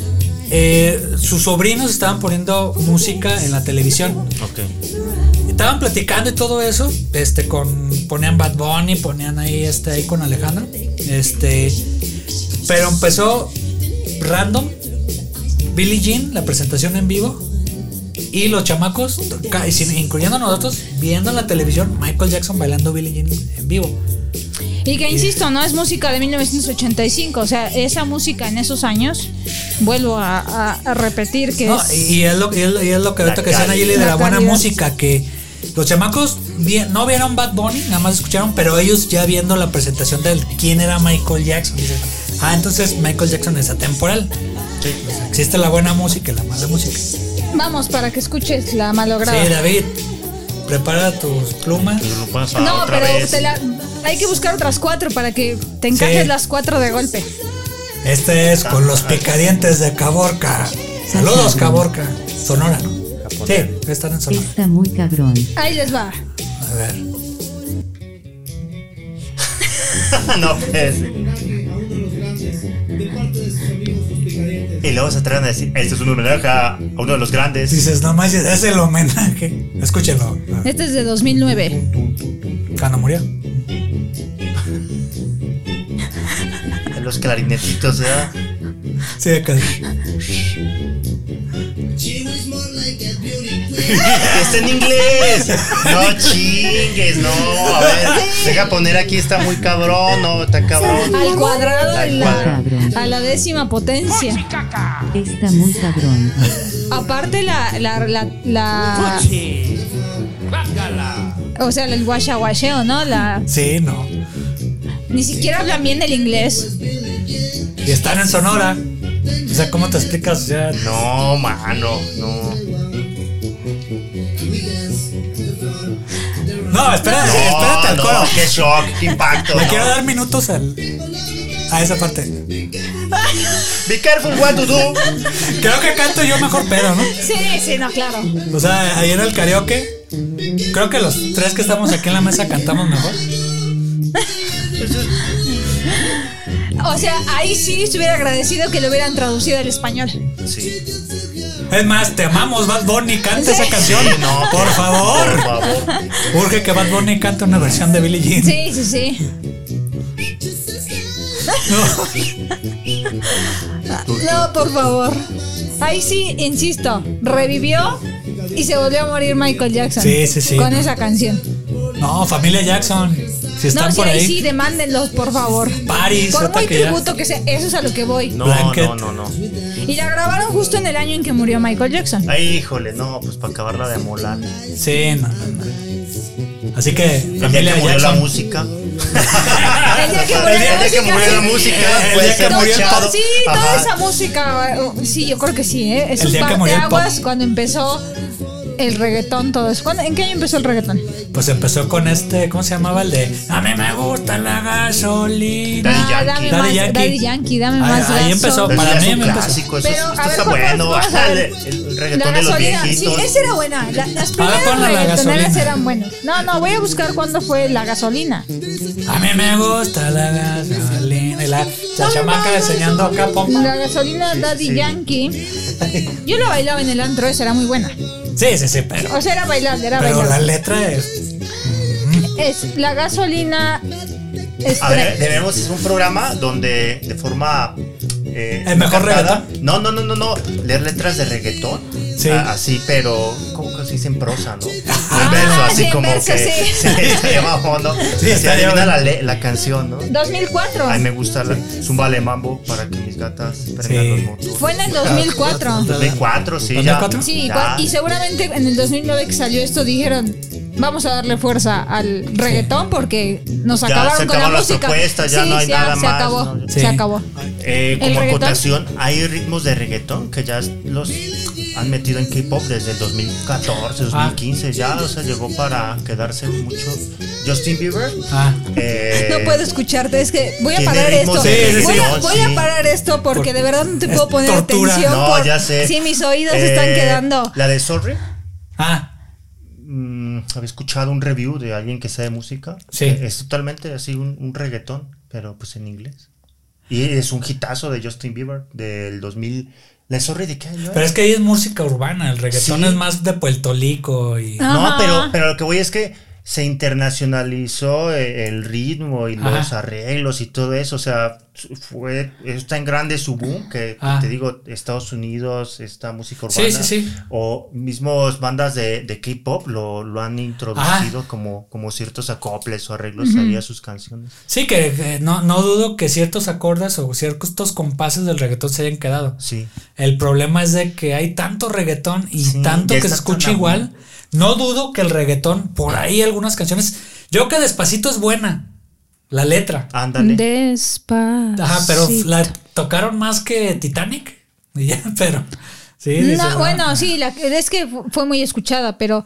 eh, sus sobrinos estaban poniendo música en la televisión.
Ok.
Estaban platicando y todo eso, este, con, ponían Bad Bunny, ponían ahí, este, ahí con Alejandro, este, pero empezó random, Billie Jean, la presentación en vivo, y los chamacos, ca- y sin- incluyendo nosotros, viendo en la televisión Michael Jackson bailando Billie Jean en vivo.
Y que insisto, no es música de 1985, o sea, esa música en esos años, vuelvo a, a- a repetir que
No,
es...
y, es lo, y es lo- y es lo que ahorita
La
que decían
calidad.
allí de la,
La
buena
calidad.
música, que los chamacos vi- no vieron Bad Bunny, nada más escucharon, pero ellos ya viendo la presentación de quién era Michael Jackson, dicen, ah, entonces Michael Jackson es atemporal. O sea, existe la buena música y la mala música.
Vamos, para que escuches la malograda.
Sí, David, prepara tus plumas.
Pues lo pones a
no,
otra
pero
vez.
te la- hay que buscar otras cuatro para que te encajes las cuatro de golpe.
Este es con los picadientes de Caborca. Saludos, Caborca. Sonora, ¿no? Sí, están en Sonora.
Está muy cabrón.
Ahí les va.
A ver.
no, pues. es. Y luego se atreven a decir: Esto es un homenaje a uno de los grandes.
Dices, no manches, es el homenaje. Escúchenlo. Ah,
Este es de 2009.
Cuando murió.
A los clarinetitos, ¿verdad?
Sí, acá.
Ah, Está en inglés. No chingues, no. A ver, deja poner aquí, está muy cabrón, no, está cabrón.
Al cuadrado
Al
de la-
cuadrado.
a la décima potencia.
Está muy cabrón.
Aparte la... la, la, la- o sea, el guachaguacheo, ¿no? La,
Sí, no.
ni siquiera hablan bien el inglés.
Y están en Sonora. O sea, ¿cómo te explicas? O sea,
No, mano, no.
no, espera, espérate
No,
al coro.
no, qué shock, qué impacto.
Me
no.
quiero dar minutos al, a esa parte.
Be careful what to do.
Creo que canto yo mejor pedo, ¿no?
Sí, sí, no, claro.
O sea, ahí en el karaoke, creo que los tres que estamos aquí en la mesa cantamos mejor.
O sea, ahí sí estuviera agradecido que lo hubieran traducido al español.
Sí,
Es más, te amamos, Bad Bunny, canta esa canción.
no,
por
por
favor.
favor.
Urge que Bad Bunny cante una versión de Billie Jean.
Sí, sí, sí. No, por favor. Ahí sí, insisto, revivió y se volvió a morir Michael Jackson.
Sí, sí, sí.
Con esa canción.
No, familia Jackson. Si están
No, sí,
por
ahí
ahí.
sí, demándenlos, por favor.
Paris,
Por
otra
muy
que ya-
tributo que sea, eso es a lo que voy.
No,
Blanket.
no, no, no.
Y la grabaron justo en el año en que murió Michael Jackson.
Ay, híjole, no, pues para acabarla de molar. El
Sí, no, no, no. Así que,
día
familia
que murió la
Jackson.
música.
El día que
Ah, El
murió la
día que
música,
murió la
sí.
música.
El
fue
día que
ser
murió el
mochado.
pop.
Sí, toda
Ajá.
esa música. eh, Sí, yo creo que sí, ¿eh? Es
El
un
día que murió el pop.
parteaguas cuando empezó el reggaetón, todo eso. ¿Cuándo- ¿En qué año empezó el reggaetón?
Pues empezó con este, ¿cómo se llamaba? El de A mí me gusta la gasolina.
Daddy
Ah,
Yankee.
Dame
Daddy
más,
Yankee.
Daddy Yankee, dame
Ahí-
más.
ahí
gaso.
empezó.
Pero
Para
ya es
mí
un
me empezó.
clásico, eso,
Pero,
esto
a ver,
está
¿cuál fue-
bueno.
vamos a
El,
ver?
el
La
reggaetón de los
gasolina, sí,
viejitos.
esa era buena. La- las primeras
ponla, la
reggaetoneras
gasolina.
eran buenas. No, no, voy a buscar cuándo fue la gasolina.
A mí me gusta la gasolina. Y la, la chamaca enseñando acá pompa.
La gasolina Daddy
sí.
Yankee. Yo la bailaba en el antro, esa era muy buena.
Sí, sí, sí, pero.
O sea, era bailable, era
Pero la
bailable.
letra es.
Es la gasolina.
A
estrella.
ver, debemos hacer un programa donde de forma. eh,
El mejor
cantada- No, no, no, no, no. Leer letras de reggaetón.
Sí.
Ah, así, pero. ¿Cómo, que se dice en prosa, ¿no? En verso, así
sí, en
como
verso,
que
sí.
se estaría más fondo. y se
estaría
adivina la, le- la canción, ¿no?
2004.
Ay, me gusta la Zumbale Mambo para que mis gatas prendan
Sí.
los motores.
Fue en el 2004.
2004, sí, ya.
2004?
Sí,
Ya.
cua- y seguramente en el 2009 que salió esto dijeron, vamos a darle fuerza al reggaetón porque nos
Ya
acabaron
se
con la
acabaron las
música.
propuestas, ya no hay nada
se
más,
acabó,
¿no?
Sí.
se acabó.
Eh,
¿El
como
reggaetón?
acotación, hay ritmos de reggaetón que ya los han metido en K-pop desde el
Ah.
2014, 2015, ya, o sea, llegó para quedarse mucho. Justin Bieber.
Ah,
eh,
No puedo escucharte, es que voy a
tiene
parar
ritmos
esto.
de
voy, a,
reggaetón,
voy a
sí.
parar esto porque
Por-
de verdad no te
es
puedo poner
tortura.
atención.
No,
por-
ya sé.
Sí, mis oídos están
Eh,
quedando.
La de Sorry.
ah,
mm, había escuchado un review de alguien que sabe música.
Sí.
Eh, Es totalmente así un, un reggaetón, pero pues en inglés. Y es un hitazo de Justin Bieber del 2000. ¿La Sorry de qué año?
pero es que ahí es música urbana, el reggaetón
Sí.
es más de Puerto Rico y...
Ajá.
No, pero, pero lo que voy es que se internacionalizó eh, el ritmo y los
Ajá.
arreglos y todo eso. O sea, su- fue, es tan grande su boom que
Ah.
te digo, Estados Unidos, esta música
Sí,
urbana.
sí, sí.
O mismos bandas de, de K-pop lo, lo han
Ah.
introducido como, como ciertos acoples o arreglos ahí a sus canciones.
Sí, que eh, no, no dudo que ciertos acordes o ciertos compases del reggaetón se hayan quedado.
Sí.
El problema es de que hay tanto reggaetón y
Sí,
tanto
ya
que se
está Ah.
escucha
tan
igual. No dudo que el reggaetón, por ahí algunas canciones. Yo creo que despacito es buena. La letra.
Ándale.
Despacito.
Ajá, pero la tocaron más que Titanic. Y ya, pero. Sí, dices,
No,
ah,
bueno, sí, la, es que fu- fue muy escuchada, pero.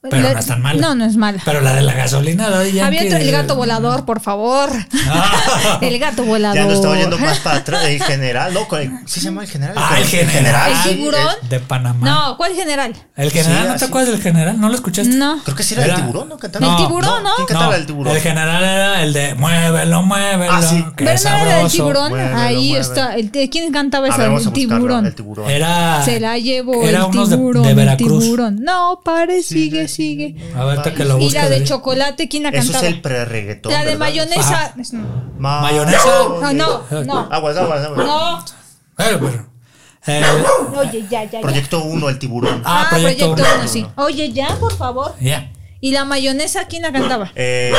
Pero no es tan mala.
No, no es mala.
Pero la de la gasolina, Daddy
Había
Yankee,
otro- el
eh,
gato volador, por favor.
Ah.
El gato volador.
Ya no estaba yendo más para atrás. El general, loco. el- ¿Sí se llama el general?
Ah, el general.
¿El
sí,
tiburón?
es-
De Panamá.
No, ¿cuál general?
El general,
Sí,
¿no te
así.
acuerdas del general? ¿No lo escuchaste?
No.
Creo que sí era,
Era-
el tiburón, ¿no? Cantaba.
El
tiburón, ¿no?
¿Quién
No,
cantaba el tiburón?
El general era el de muévelo, muévelo.
Ah, sí.
que
Pero no era del
sabroso".
tiburón.
Muévelo,
Ahí
muévelo.
está. El, t- ¿Quién cantaba
A ver,
esa?
vamos a
Pues El
buscarlo,
tiburón.
El tiburón.
Era.
Se la llevó
era
el
unos de-
tiburón.
De,
el
Veracruz.
tiburón. No, pare, sigue, sigue.
A ver, ahorita que lo
Y
busques.
la de
ahí.
chocolate, ¿quién la
Eso
cantaba?
es el pre-reggaetón.
la de
¿verdad? Ah.
mayonesa.
Ajá.
Es- No,
Ma-
¿Mayonesa?
no, no. no.
Aguas, aguas, aguas.
No.
Eh, pero, eh,
Oye, ya, ya, ya.
Proyecto 1, el tiburón.
Ah,
Ah,
Proyecto
proyecto,
Uno.
Uno, sí. Oye, ya, por favor.
ya.
¿Y la mayonesa quién la cantaba?
Mm.
Eh,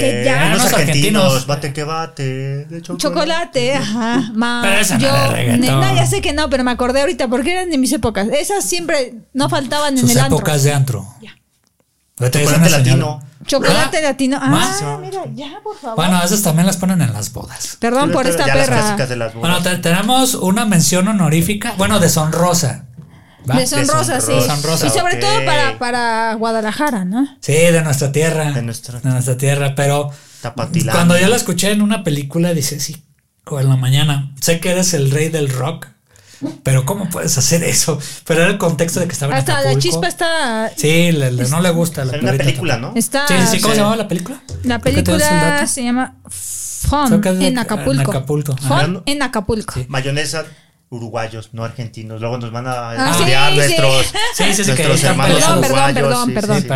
Que ya.
Unos
Unos argentinos.
argentinos. Bate que bate. De chocolate.
Chocolate, ajá. Ma,
Pero esa no
yo,
era reggaetón.
no, ya sé que no, pero me acordé ahorita porque eran de mis épocas. Esas siempre no faltaban en
Sus
el antro.
épocas de antro.
Ya.
Ahorita ya
Chocolate
son las
latino.
señoras.
Chocolate latino.
Más.
Ah, mira, ya, por favor.
Bueno, esas también las ponen en las bodas.
Perdón por esta
ya Las clásicas
perra.
de las
Bueno,
bodas.
te- tenemos una mención honorífica. Bueno, de Sonrosa. ¿va?
De sonrosa, sí.
Sonrosa,
Y sobre
ok.
todo para, para Guadalajara, ¿no?
Sí, de nuestra tierra.
De nuestra-
de nuestra tierra. Pero
Tapatilán.
cuando yo la escuché en una película, dice sí, o en la mañana, sé que eres el rey del rock, pero ¿cómo puedes hacer eso? Pero era el contexto de que estaba en
Hasta la
Acapulco.
chispa está.
Sí, le- le- no le gusta la
Salió una
perrita
película,
tampoco.
¿no?
está
Sí, sí, sí, ¿cómo
Sí.
se llamaba la película?
La
Creo que tenemos el
película
dato.
se llama
Creo
Fun
que es de-
en Acapulco.
en Acapulco.
Fun en Acapulco.
Mayonesa, uruguayos, no argentinos. Luego nos van
Ah,
a estudiar
sí, sí.
nuestros,
Sí, sí, sí, que
nuestros
están
hermanos
peleados. Perdón,
uruguayos.
perdón,
sí,
perdón,
Sí,
sí.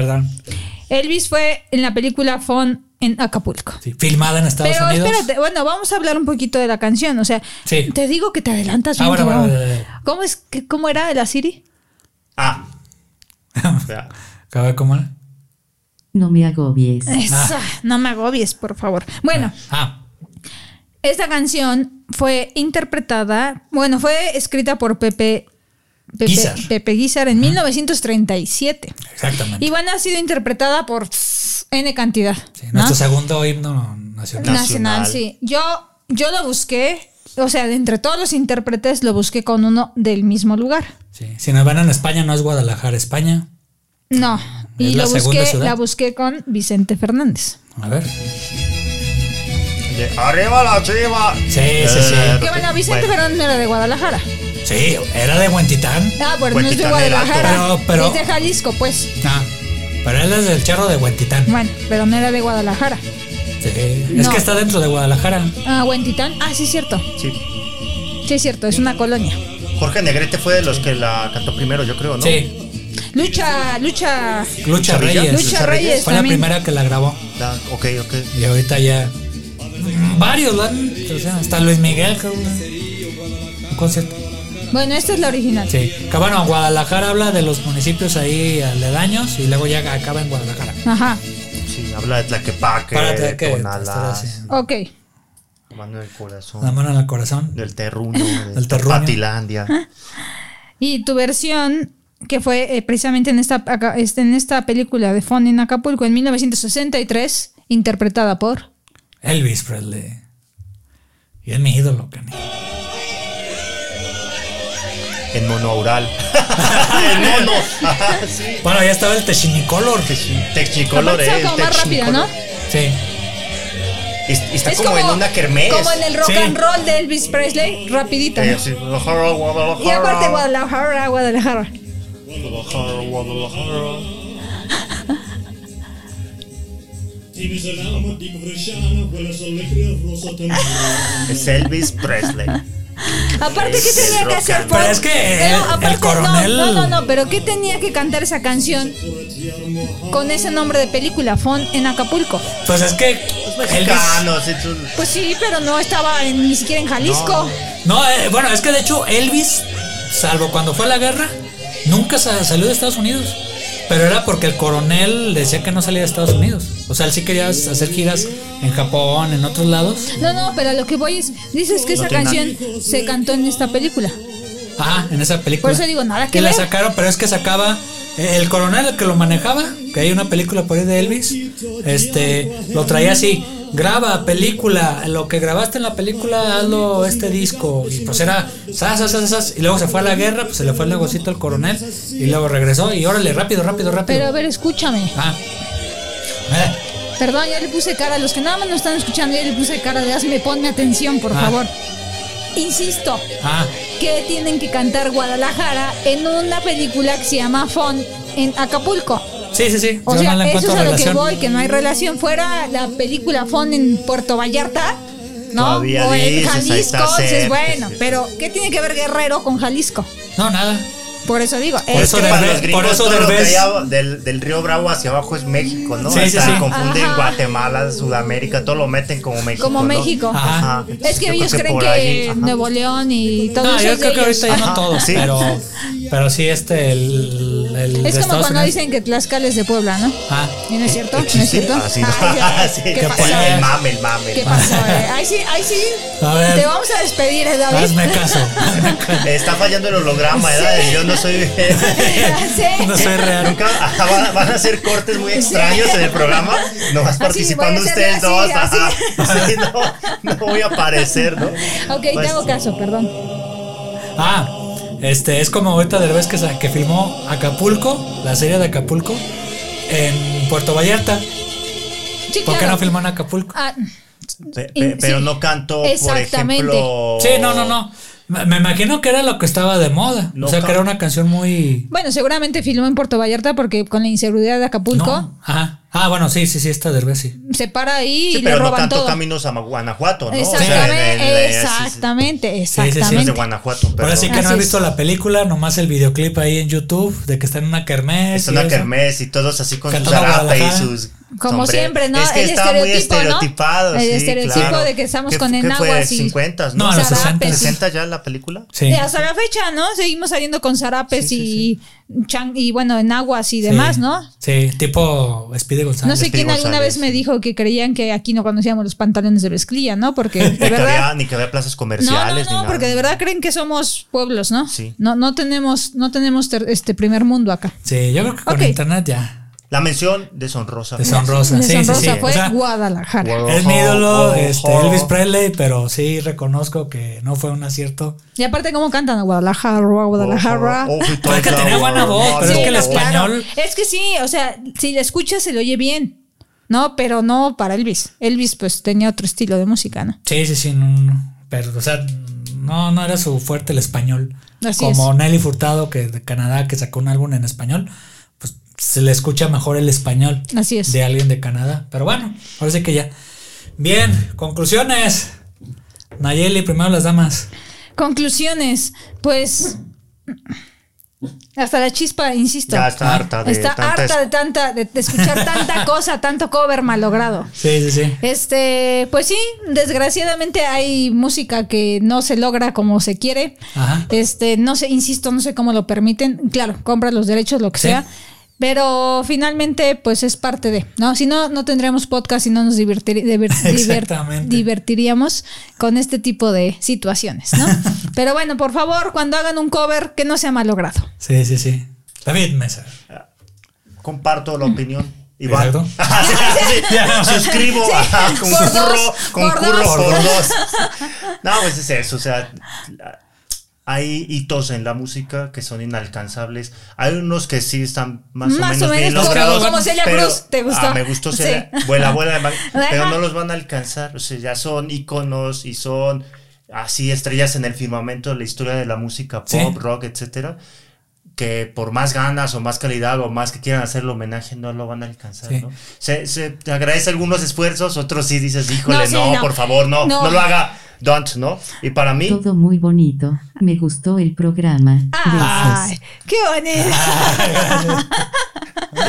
perdón.
Elvis fue en la película Fun en Acapulco.
Sí, filmada en Estados
Pero
Unidos.
espérate, bueno, vamos a hablar un poquito de la canción. O sea,
Sí.
te digo que te adelantas.
Ah,
bien,
bueno,
cabrón.
bueno, bueno, bueno.
¿Cómo, es, que- ¿Cómo era de la Siri?
Ah. O sea,
A ver, ¿cómo era?
No me agobies.
Esa, no me agobies, por favor. Bueno,
Ah,
esta canción fue interpretada, bueno, fue escrita por Pepe. Pepe
Guizar.
Pepe Guizar en 1937.
exactamente.
Y bueno, ha sido interpretada por N cantidad.
Sí,
¿no?
Nuestro segundo himno nacional.
Nacional,
Nacional.
sí. Yo, yo lo busqué, o sea, de entre todos los intérpretes lo busqué con uno del mismo lugar.
Sí. Si nos van en España, no es Guadalajara, España.
No.
Es
Y
la
lo
segunda
busqué,
ciudad.
la busqué con Vicente Fernández.
A ver.
de arriba la chiva.
Sí, sí, sí.
Eh,
Que bueno, Vicente
bueno.
Fernández no era de Guadalajara.
Sí, era de Huentitán.
Ah, bueno,
Pues
no es de
quítame el acto.
Guadalajara.
Pero- pero-
Es de Jalisco, pues.
Ah, pero él es del charro de Huentitán.
Bueno, pero no era de Guadalajara.
Sí, Es
No.
que está dentro de Guadalajara.
Ah, Huentitán. Ah, sí, es cierto.
Sí.
Sí, es cierto, es una colonia.
Jorge Negrete fue de los que la cantó primero, yo creo, ¿no?
Sí,
Lucha, lucha.
Lucha
Lucha Villa.
Reyes.
Lucha Reyes
Fue la
también.
primera que la grabó.
Da- ok, ok.
Y ahorita ya. mm, Varios, ¿no? O sea, hasta Luis Miguel. creo, ¿no? Un concierto.
Bueno, esta es la original.
Sí. Que bueno, Guadalajara habla de los municipios ahí aledaños y luego ya acaba en Guadalajara.
Ajá.
Sí, habla de Tlaquepaque,
Párate, que estar
Tonalá,
así.
Ok.
la mano del corazón,
La mano en el corazón.
del terruño,
Del
del
terruño.
Patilandia.
Y tu versión, que fue eh, precisamente en esta, acá- este, en esta película de Fon en Acapulco en 1963, interpretada por.
Elvis Presley. Y es mi ídolo, Cani.
En monoural. en mono. Ajá, sí.
Bueno, ya estaba el Technicolor.
Texi- Texticolor,
Aparte
eh.
está como más rápida, ¿no?
Technicolor.
Sí.
Es- Está como, en una kermés.
Como en el rock
Sí.
and roll de Elvis Presley, rapidita.
Eh,
¿no?
sí, Guadalajara, Guadalajara.
Y aparte Guadalajara, Guadalajara.
Guadalajara, Guadalajara. Es Elvis Presley.
Aparte, ¿qué
Es
tenía
el
que
rock
hacer?
and
Paul?
roll. Pero es que el- el coronel-
No, no, no, pero ¿qué tenía que cantar esa canción con ese nombre de película, Fon en Acapulco?
Pues es que. Elvis.
Mexicanos, es un-
Pues sí, pero no estaba en- ni siquiera en Jalisco.
No, eh, bueno, es que de hecho, Elvis, salvo cuando fue a la guerra, nunca sa- salió de Estados Unidos. Pero era porque el coronel decía que no salía de Estados Unidos. O sea, él sí quería hacer giras en Japón, en otros lados.
No, no, pero a lo que voy es, dices que
No
esa
tiene
canción se cantó en esta película.
Ajá, en esa película.
Por eso digo, nada que
la
ver.
sacaron, pero es que sacaba eh, el coronel el que lo manejaba, que hay una película por ahí de Elvis, este, lo traía así, graba película, lo que grabaste en la película, hazlo este disco, y pues era, sas, sas, sas, sas, y luego se fue a la guerra, pues se le fue el negocito al coronel, y luego regresó, y órale, rápido, rápido, rápido.
Pero a ver, escúchame.
Ah. Eh,
Perdón, ya le puse cara a los que nada más no están escuchando, ya le puse cara de hazme, ponme atención, por
Ah.
favor. Insisto,
ah,
que tienen que cantar Guadalajara en una película que se llama Fon en Acapulco.
sí, sí, sí,
O
yo
sea,
no le
eso
encuentro
es a lo que
relación.
voy, que no hay relación. Fuera la película Fon en Puerto Vallarta, ¿no?
Todavía
o en
dices, ahí
Jalisco,
está
dices,
cerca,
bueno,
sí.
pero ¿qué tiene que ver Guerrero con Jalisco?
No, nada.
Por eso digo,
Por
es-
eso
Es que para
Derbez-
los gringos
por eso
todo lo que
Derbez-
hay ab- del, del río Bravo hacia abajo es México, ¿no?
Sí, sí,
Hasta
sí.
Confunden
Ajá.
Guatemala, Sudamérica, todo lo meten como México.
como
¿no?
México.
Ajá.
Es que
Ah, Yo creo
ellos creen
por
que
ahí, ajá.
Nuevo León y todo
No,
eso
yo
es
creo
de
que
ellos.
ahorita ya no
Ajá,
todos,
sí.
pero, pero sí este, el, el de
Es como
Estados
cuando
Unidos.
dicen que Tlaxcala es de Puebla, ¿no?
Ah,
¿Y
Eh,
no es cierto? ¿No es
¿Existe?
cierto?
Ah, sí, no.
Ay, ya.
Sí,
¿Qué
que
pasó,
ponen
eh?
El mame, el mame.
¿Qué pasó? eh? Ahí sí, ahí sí.
A ver.
Te vamos a despedir, eh, David.
hazme caso.
Está fallando el holograma, ¿verdad? Yo no soy.
Ya sé.
no soy real.
Nunca ah, van, van a hacer cortes muy extraños en el programa. No vas participando
voy a
ustedes
hacerlo
dos.
así,
Ajá. Sí, no, no voy a aparecer, ¿no?
Ok, te
Pues,
hago caso, perdón.
Ah, este, es como ahorita Derbez que, sa- que filmó Acapulco, la serie de Acapulco, en Puerto Vallarta.
Sí,
¿Por qué
claro.
no filmó en Acapulco?
Ah,
pe- pe- pero
Sí.
no canto, por
Exactamente.
ejemplo.
Sí, no, no, no. Me me imagino que era lo que estaba de moda.
No
o sea,
ca-
que era una canción muy...
bueno, seguramente filmó en Puerto Vallarta porque con la inseguridad de Acapulco
No, ajá. Ah, bueno, sí, sí, sí, está Derbez, sí.
se para ahí
Sí,
y le
pero no
roban
canto
todo.
caminos a Ma- Guanajuato, ¿no? O sea, en- en-
Exactamente,
en-
sí,
exactamente,
sí.
Caminos de
exactamente.
Guanajuato, pero
Ahora sí que no
Así
he
es.
visto la película, nomás el videoclip ahí en YouTube de que está en una kermés.
Es
y
una
eso.
kermés y todos así con sus
Cantando
zarape y
Guadalajara.
sus.
Como
sombreros.
siempre, ¿no?
Es que
El
está muy
estereotipo, ¿no?
estereotipado.
El
sí,
estereotipo
claro.
de que estamos
¿Qué-
con
¿Qué fue?
enaguas y-
50,
No,
¿no?
a los
Zarapes.
60.
60 ya la película.
Sí.
Eh, hasta la fecha, ¿no? Seguimos saliendo con zarapes y chan- y bueno, en aguas y demás,
Sí. Ah,
¿no?
Sí, tipo Speedy González.
No sé
Espíritu
quién alguna
González,
vez me dijo que creían que aquí no conocíamos los pantalones de mezclilla, ¿no? Porque
Ni
de
que, había,
verdad.
ni que había plazas
No, no,
comerciales. ni
no,
nada.
porque de verdad creen que somos pueblos, ¿no?
Sí.
No, no tenemos, no tenemos ter- este primer mundo acá.
Sí, yo creo que con
Ok.
internet ya.
La mención deshonrosa.
Deshonrosa.
De
Sí, sí, sí.
Sonrosa fue
O sea,
Guadalajara.
Guau.
es mi ídolo,
Ojo,
este,
ojo.
Elvis Presley, pero sí reconozco que no fue un acierto.
Y aparte, ¿cómo cantan? Guadalajara, Guadalajara.
Ojo, ojo y todo
Pero es que
el
tenía
agua,
buena voz,
no,
pero es
no,
que el
no.
español.
Es que sí, o sea, si la escuchas se le oye bien. No, pero no para Elvis. Elvis pues tenía otro estilo de música, ¿no?
Sí, sí, sí. no, no. Pero, o sea, no, no era su fuerte el español.
Así
Como Nelly Furtado, que de Canadá, que sacó un álbum en español, pues se le escucha mejor el español
Así es.
de alguien de Canadá. Pero bueno, ahora sí que ya. Bien, conclusiones. Nayeli, primero las damas.
Conclusiones, pues Hasta la chispa, insisto.
Ya está harta de
Está
tanta
harta de tanta, de, de escuchar tanta cosa, tanto cover malogrado.
Sí, sí, sí.
Este, pues sí, desgraciadamente hay música que no se logra como se quiere.
Ajá.
Este, no sé, insisto, no sé cómo lo permiten. Claro, compra los derechos, lo que
Sí.
sea. Pero finalmente, pues es parte de, ¿no? Si no, no tendríamos podcast y no nos divertir- divir- divir-
Exactamente.
divertiríamos con este tipo de situaciones, ¿no? Pero bueno, por favor, cuando hagan un cover, que no sea malogrado.
Sí, sí, sí. David Mesa.
Comparto la opinión. Iván.
Exacto.
Sí,
Ya.
Suscribo.
Sí,
ajá,
por
concurro,
dos, por
concurro
dos.
por dos. No, pues es eso. O sea, hay hitos en la música que son inalcanzables. Hay unos que sí están más,
Más
o menos bien
como-
logrados.
como
Celia
pero-
Cruz, ¿te gustó?
Ah, me gustó
Sí.
Celia. Vuela, vuela. de Mag-
Ajá.
Pero no los van a alcanzar. O sea, ya son iconos y son así estrellas en el firmamento de la historia de la música pop,
Sí.
rock, etcétera que por más ganas o más calidad o más que quieran hacerle homenaje no lo van a alcanzar,
Sí.
¿no? Se, se te agradece algunos esfuerzos, otros sí dices, híjole,
No,
no,
sí, no.
por favor, no,
No.
no, lo haga, don't, ¿no? Y para mí,
Todo muy bonito. Me gustó el programa.
¡Ay!
Besos.
¡Qué bonito!
Ah,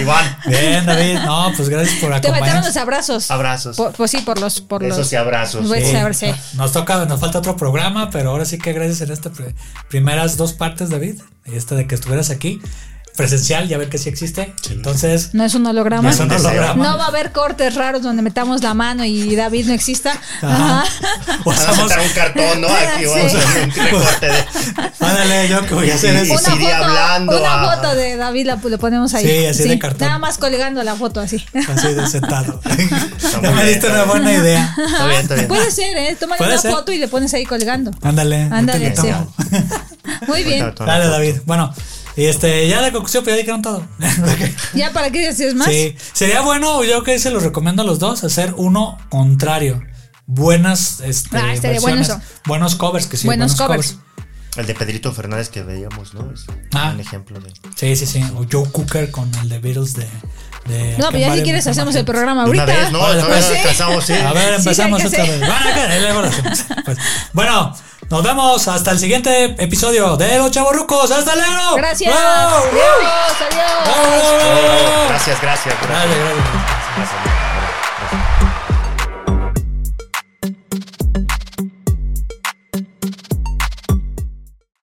Iván,
Bien, David. No, pues gracias por
Te faltaron
acompañarnos.
los abrazos.
abrazos,
Por- pues sí, por los. Por los
besos y abrazos.
Pues,
Sí.
a ver, sí.
Nos toca, nos falta otro programa, pero ahora sí que gracias en estas pri- primeras dos partes, David. y Esta de que estuvieras aquí, presencial, ya ver que sí existe. Entonces,
No es un holograma.
No es un holograma.
No va a haber cortes raros donde metamos la mano y David no exista.
Ajá.
Ajá.
o
Van a
estamos-
sacar un cartón, ¿no? Aquí
Sí.
vamos a hacer un recorte de...
Ándale, yo que voy a hacer
Y
eso.
sigue hablando
una
a-
foto de David la lo ponemos ahí.
Sí, así de cartón.
Nada más colgando la foto así.
Así de sentado. Ya
muy
me
bien,
diste
está
una
bien.
buena idea.
Está bien, está bien.
Puede ser, ¿eh? Tómale
Puede
una
ser.
foto y le pones ahí colgando.
Ándale. yo te
Ándale, sí.
invitamos.
Muy bien.
Toda la
Dale,
foto.
David. Bueno, y este, ya la conclusión, pero ya dijeron todo.
¿Ya para qué decís más?
Sí, sería bueno, yo que se los recomiendo a los dos, hacer uno contrario. Buenas este,
Ah, estaría bueno
versiones,
eso.
buenos covers, que sí,
Buenos
buenos,
covers.
covers.
El de Pedrito Fernández que veíamos, ¿no? Es
Ah.
un ejemplo de...
Sí, sí, sí. O Joe Cooker con el de Beatles de. de
No, pero ya si
Acambare,
quieres hacemos el programa
De una
ahorita.
vez, ¿no?
Ahora,
No,
pues,
no, alcanzamos, sí.
A ver,
Sí,
empezamos
ya
otra
sé.
vez. Bueno, acá, ahí luego lo hacemos. Pues, bueno, nos vemos hasta el siguiente episodio de Los Chavorrucos. ¡Hasta luego!
Gracias.
¡Bravo!
Adiós, adiós.
¡Bravo!
Gracias, gracias, gracias.
Gracias, gracias.
gracias.